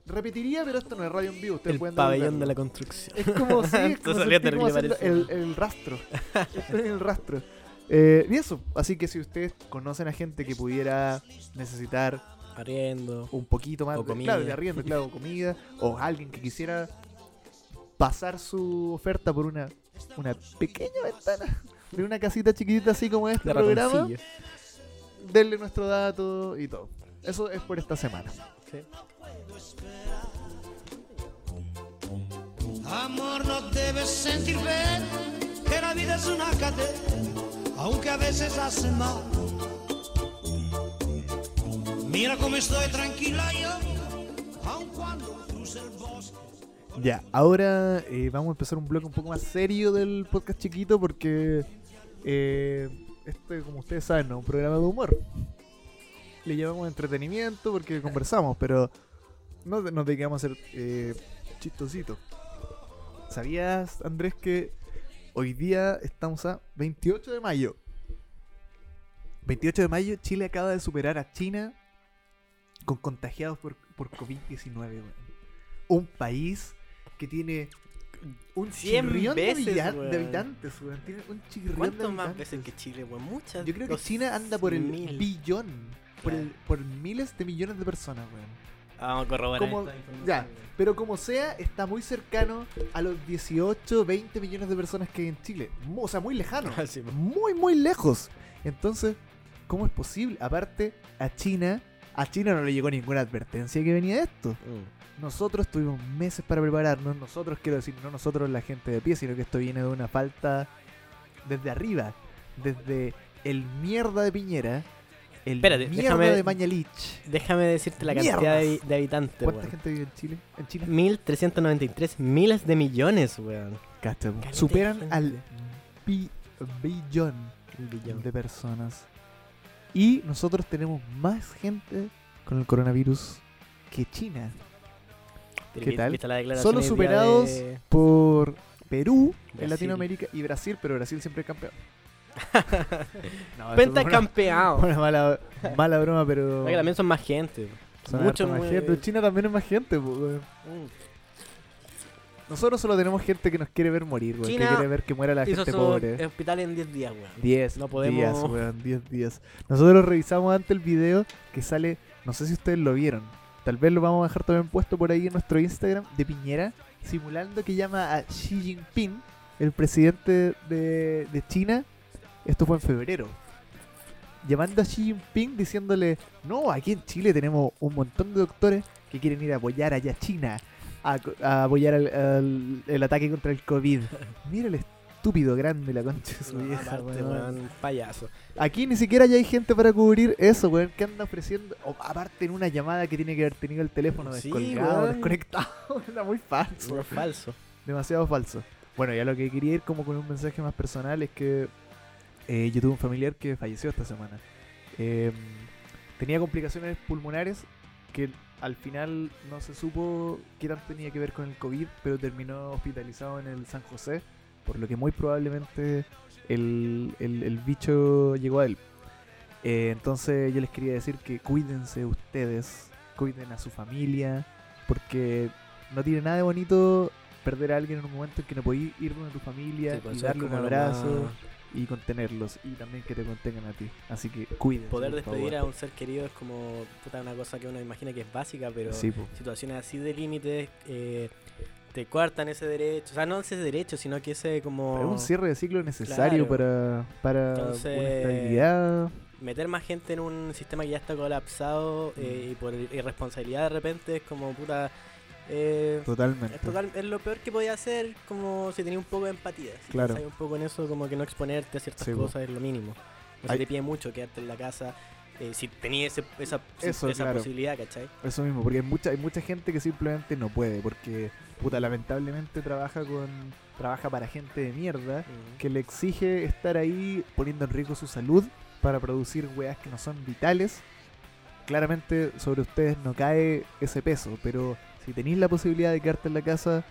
Speaker 1: Repetiría, pero esto no es radio en vivo. Ustedes
Speaker 2: El
Speaker 1: pueden
Speaker 2: pabellón
Speaker 1: devolverlo.
Speaker 2: de la construcción.
Speaker 1: Es como si es
Speaker 2: Esto
Speaker 1: como
Speaker 2: salía
Speaker 1: sentir como
Speaker 2: terrible
Speaker 1: haciendo el,
Speaker 2: parecido.
Speaker 1: el rastro. Esto es el rastro. Eh, y eso, así que si ustedes conocen a gente que pudiera necesitar
Speaker 2: Arriendo.
Speaker 1: un poquito más
Speaker 2: O
Speaker 1: de-
Speaker 2: comida.
Speaker 1: claro, de arriendo, claro, comida, o alguien que quisiera pasar su oferta por una, una pequeña ventana de una casita chiquitita así como este
Speaker 2: De
Speaker 1: programa,
Speaker 2: ratoncillo.
Speaker 1: denle nuestro dato y todo. Eso es por esta semana.
Speaker 4: Amor, no debes sentir bien que la vida es una cadena, aunque a veces hace mal. Mira cómo estoy tranquila yo, aun cuando cruce el bosque.
Speaker 1: Ya, ahora eh, vamos a empezar un bloque un poco más serio del podcast chiquito porque eh, este, como ustedes saben, no es un programa de humor. Le llamamos entretenimiento porque conversamos, pero no te- nos dedicamos a ser eh, chistositos. ¿Sabías, Andrés, que hoy día estamos a 28 de mayo? 28 de mayo, Chile acaba de superar a China con contagiados por, por COVID-19. weón. Un país que tiene un
Speaker 2: 100
Speaker 1: chirrión
Speaker 2: veces,
Speaker 1: de, villa- de
Speaker 2: weón.
Speaker 1: habitantes. weón. Tiene un chirrión de
Speaker 2: ¿Cuánto más
Speaker 1: habitantes.
Speaker 2: veces que Chile, weón? Muchas.
Speaker 1: Yo creo que
Speaker 2: dos
Speaker 1: China anda por el
Speaker 2: mil.
Speaker 1: billón. Por,
Speaker 2: Claro.
Speaker 1: el- por miles de millones de personas, weón.
Speaker 2: Ah, Vamos a corroborar.
Speaker 1: Como-
Speaker 2: esta información.
Speaker 1: ya, pero como sea, está muy cercano a los 18, 20 millones de personas que hay en Chile. Mu- O sea, muy lejano.
Speaker 2: Ah, sí, po.
Speaker 1: Muy, muy lejos. Entonces, ¿cómo es posible? Aparte, a China, a China no le llegó ninguna advertencia que venía esto.
Speaker 2: Mm.
Speaker 1: Nosotros tuvimos meses para prepararnos. Nosotros, quiero decir, no nosotros la gente de pie, sino que esto viene de una falta desde arriba. Desde el mierda de Piñera, el
Speaker 2: Espérate,
Speaker 1: mierda
Speaker 2: déjame-
Speaker 1: de Mañalich.
Speaker 2: Déjame decirte la cantidad de, de habitantes,
Speaker 1: ¿Cuánta
Speaker 2: weón.
Speaker 1: gente vive en Chile? En Chile.
Speaker 2: 1393 miles de millones, weón.
Speaker 1: Cacha, po.
Speaker 2: Caleta de
Speaker 1: Superan
Speaker 2: gente.
Speaker 1: al bi- billón
Speaker 2: Un billón.
Speaker 1: de personas. Y nosotros tenemos más gente con el coronavirus que China.
Speaker 2: Pero
Speaker 1: ¿Qué
Speaker 2: vi-
Speaker 1: tal?
Speaker 2: viste la declaración
Speaker 1: Solo
Speaker 2: hoy día
Speaker 1: superados
Speaker 2: de-
Speaker 1: Por Perú, en
Speaker 2: Brasil.
Speaker 1: Latinoamérica y Brasil, pero Brasil siempre es campeón. No, eso fue una-
Speaker 2: Pentacampeado.
Speaker 1: Una mala, mala broma, pero.
Speaker 2: Oye, que también son más gente.
Speaker 1: son
Speaker 2: mucho
Speaker 1: harto más
Speaker 2: más-
Speaker 1: gente. eh, China también es más gente, po, weón. Nosotros solo tenemos gente que nos quiere ver morir, weón. Que
Speaker 2: China
Speaker 1: quiere ver que muera la
Speaker 2: Hizo
Speaker 1: gente
Speaker 2: su
Speaker 1: pobre.
Speaker 2: hospital en 10 días, weón.
Speaker 1: 10
Speaker 2: No podemos-
Speaker 1: días, weón, 10 días. Nosotros revisamos antes el video que sale, no sé si ustedes lo vieron, tal vez lo vamos a dejar también puesto por ahí en nuestro Instagram de Piñera, simulando que llama a Xi Jinping, el presidente de, de China, esto fue en febrero, llamando a Xi Jinping diciéndole, no, aquí en Chile tenemos un montón de doctores que quieren ir a apoyar allá a China, a, co- a apoyar al- al- el ataque contra el COVID. Mira el estúpido grande la concha de su
Speaker 2: No,
Speaker 1: vieja,
Speaker 2: aparte,
Speaker 1: weón.
Speaker 2: weón, payaso.
Speaker 1: Aquí ni siquiera ya hay gente para cubrir eso, weón, que anda ofreciendo. o aparte en una llamada que tiene que haber tenido el teléfono
Speaker 2: Sí,
Speaker 1: descolgado,
Speaker 2: weón.
Speaker 1: desconectado. Era muy falso.
Speaker 2: Puro falso.
Speaker 1: Demasiado falso. Bueno, ya lo que quería ir como con un mensaje más personal es que eh, yo tuve un familiar que falleció esta semana. Eh, tenía complicaciones pulmonares que al final no se supo qué tanto tenía que ver con el COVID, pero terminó hospitalizado en el San José, por lo que muy probablemente el, el- el bicho llegó a él. Eh, entonces yo les quería decir que cuídense ustedes, cuiden a su familia, porque no tiene nada de bonito perder a alguien en un momento en que no podís ir con tu familia
Speaker 2: Sí, pues,
Speaker 1: y
Speaker 2: eso es
Speaker 1: darle un
Speaker 2: como lo
Speaker 1: abrazo
Speaker 2: más-
Speaker 1: y contenerlos y también que te contengan a ti. Así que cuídense.
Speaker 2: Poder
Speaker 1: por
Speaker 2: despedir
Speaker 1: favor.
Speaker 2: a un ser querido es como puta, una cosa que uno imagina que es básica, pero
Speaker 1: Sí, po.
Speaker 2: situaciones así de límites eh, te coartan ese derecho. O sea, no ese derecho, sino que ese como...
Speaker 1: Pero es un cierre de ciclo necesario para, para
Speaker 2: Entonces-
Speaker 1: una estabilidad.
Speaker 2: meter más gente en un sistema que ya está colapsado
Speaker 1: Mm.
Speaker 2: eh, y por irresponsabilidad de repente es como puta. eh,
Speaker 1: Totalmente.
Speaker 2: es, total- es lo peor que podía hacer, como si tenía un poco de empatía. Si
Speaker 1: Claro.
Speaker 2: pensáis un poco en eso, como que no exponerte a ciertas
Speaker 1: Sí, po.
Speaker 2: cosas es lo mínimo.
Speaker 1: Ay.
Speaker 2: No se te pide mucho quedarte en la casa. eh, si tenías ese- esa, si-
Speaker 1: Eso,
Speaker 2: esa
Speaker 1: claro.
Speaker 2: posibilidad, ¿cachai?
Speaker 1: Eso mismo, porque hay mucha, hay mucha gente que simplemente no puede, porque puta, lamentablemente trabaja con trabaja para gente de mierda
Speaker 2: Mm.
Speaker 1: que le exige estar ahí poniendo en riesgo su salud para producir weas que no son vitales. Claramente sobre ustedes no cae ese peso, pero si tenéis la posibilidad de quedarte en la casa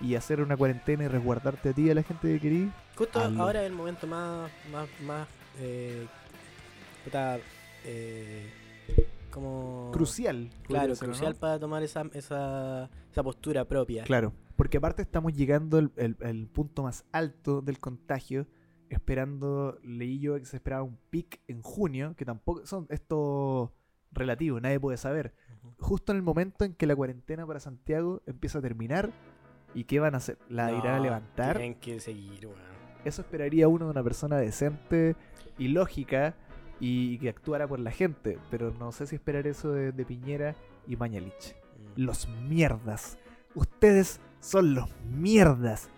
Speaker 1: y hacer una cuarentena y resguardarte a ti y a la gente que querís,
Speaker 2: Justo
Speaker 1: Hazlo.
Speaker 2: ahora es el momento más. más. más. eh, puta, eh, como...
Speaker 1: Crucial.
Speaker 2: Claro,
Speaker 1: podría ser, ¿o no?
Speaker 2: crucial para tomar esa, esa, esa postura propia.
Speaker 1: Claro, porque aparte estamos llegando al, al- al punto más alto del contagio, esperando, leí yo que se esperaba un pic en junio, que tampoco son esto relativo, nadie puede saber.
Speaker 2: Ujú.
Speaker 1: Justo en el momento en que la cuarentena para Santiago empieza a terminar, ¿y qué van a hacer? ¿La
Speaker 2: No,
Speaker 1: irán a levantar?
Speaker 2: Tienen que seguir, weón.
Speaker 1: Eso esperaría uno de una persona decente y lógica y que actuara por la gente, pero no sé si esperar eso de, de Piñera y Mañalich
Speaker 2: Mm.
Speaker 1: los mierdas. Ustedes son los mierdas.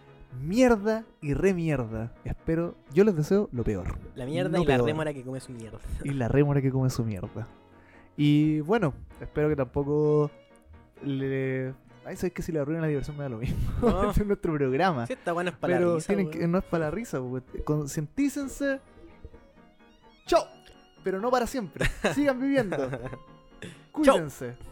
Speaker 1: Mierda y remierda. Espero, yo les deseo lo peor.
Speaker 2: La mierda
Speaker 1: no
Speaker 2: y la
Speaker 1: peor.
Speaker 2: rémora que come su mierda.
Speaker 1: Y la rémora que come su mierda. Y bueno, espero que tampoco le... Ay, sabes que si le arruinan la diversión me da lo mismo.
Speaker 2: No.
Speaker 1: este es nuestro programa.
Speaker 2: Ah. Sí, está bueno, es para la
Speaker 1: Pero
Speaker 2: risa,
Speaker 1: tienen
Speaker 2: weón.
Speaker 1: que- no es para la risa. porque Concientícense. ¡Chao! Pero no para siempre. Sigan viviendo. Cuídense.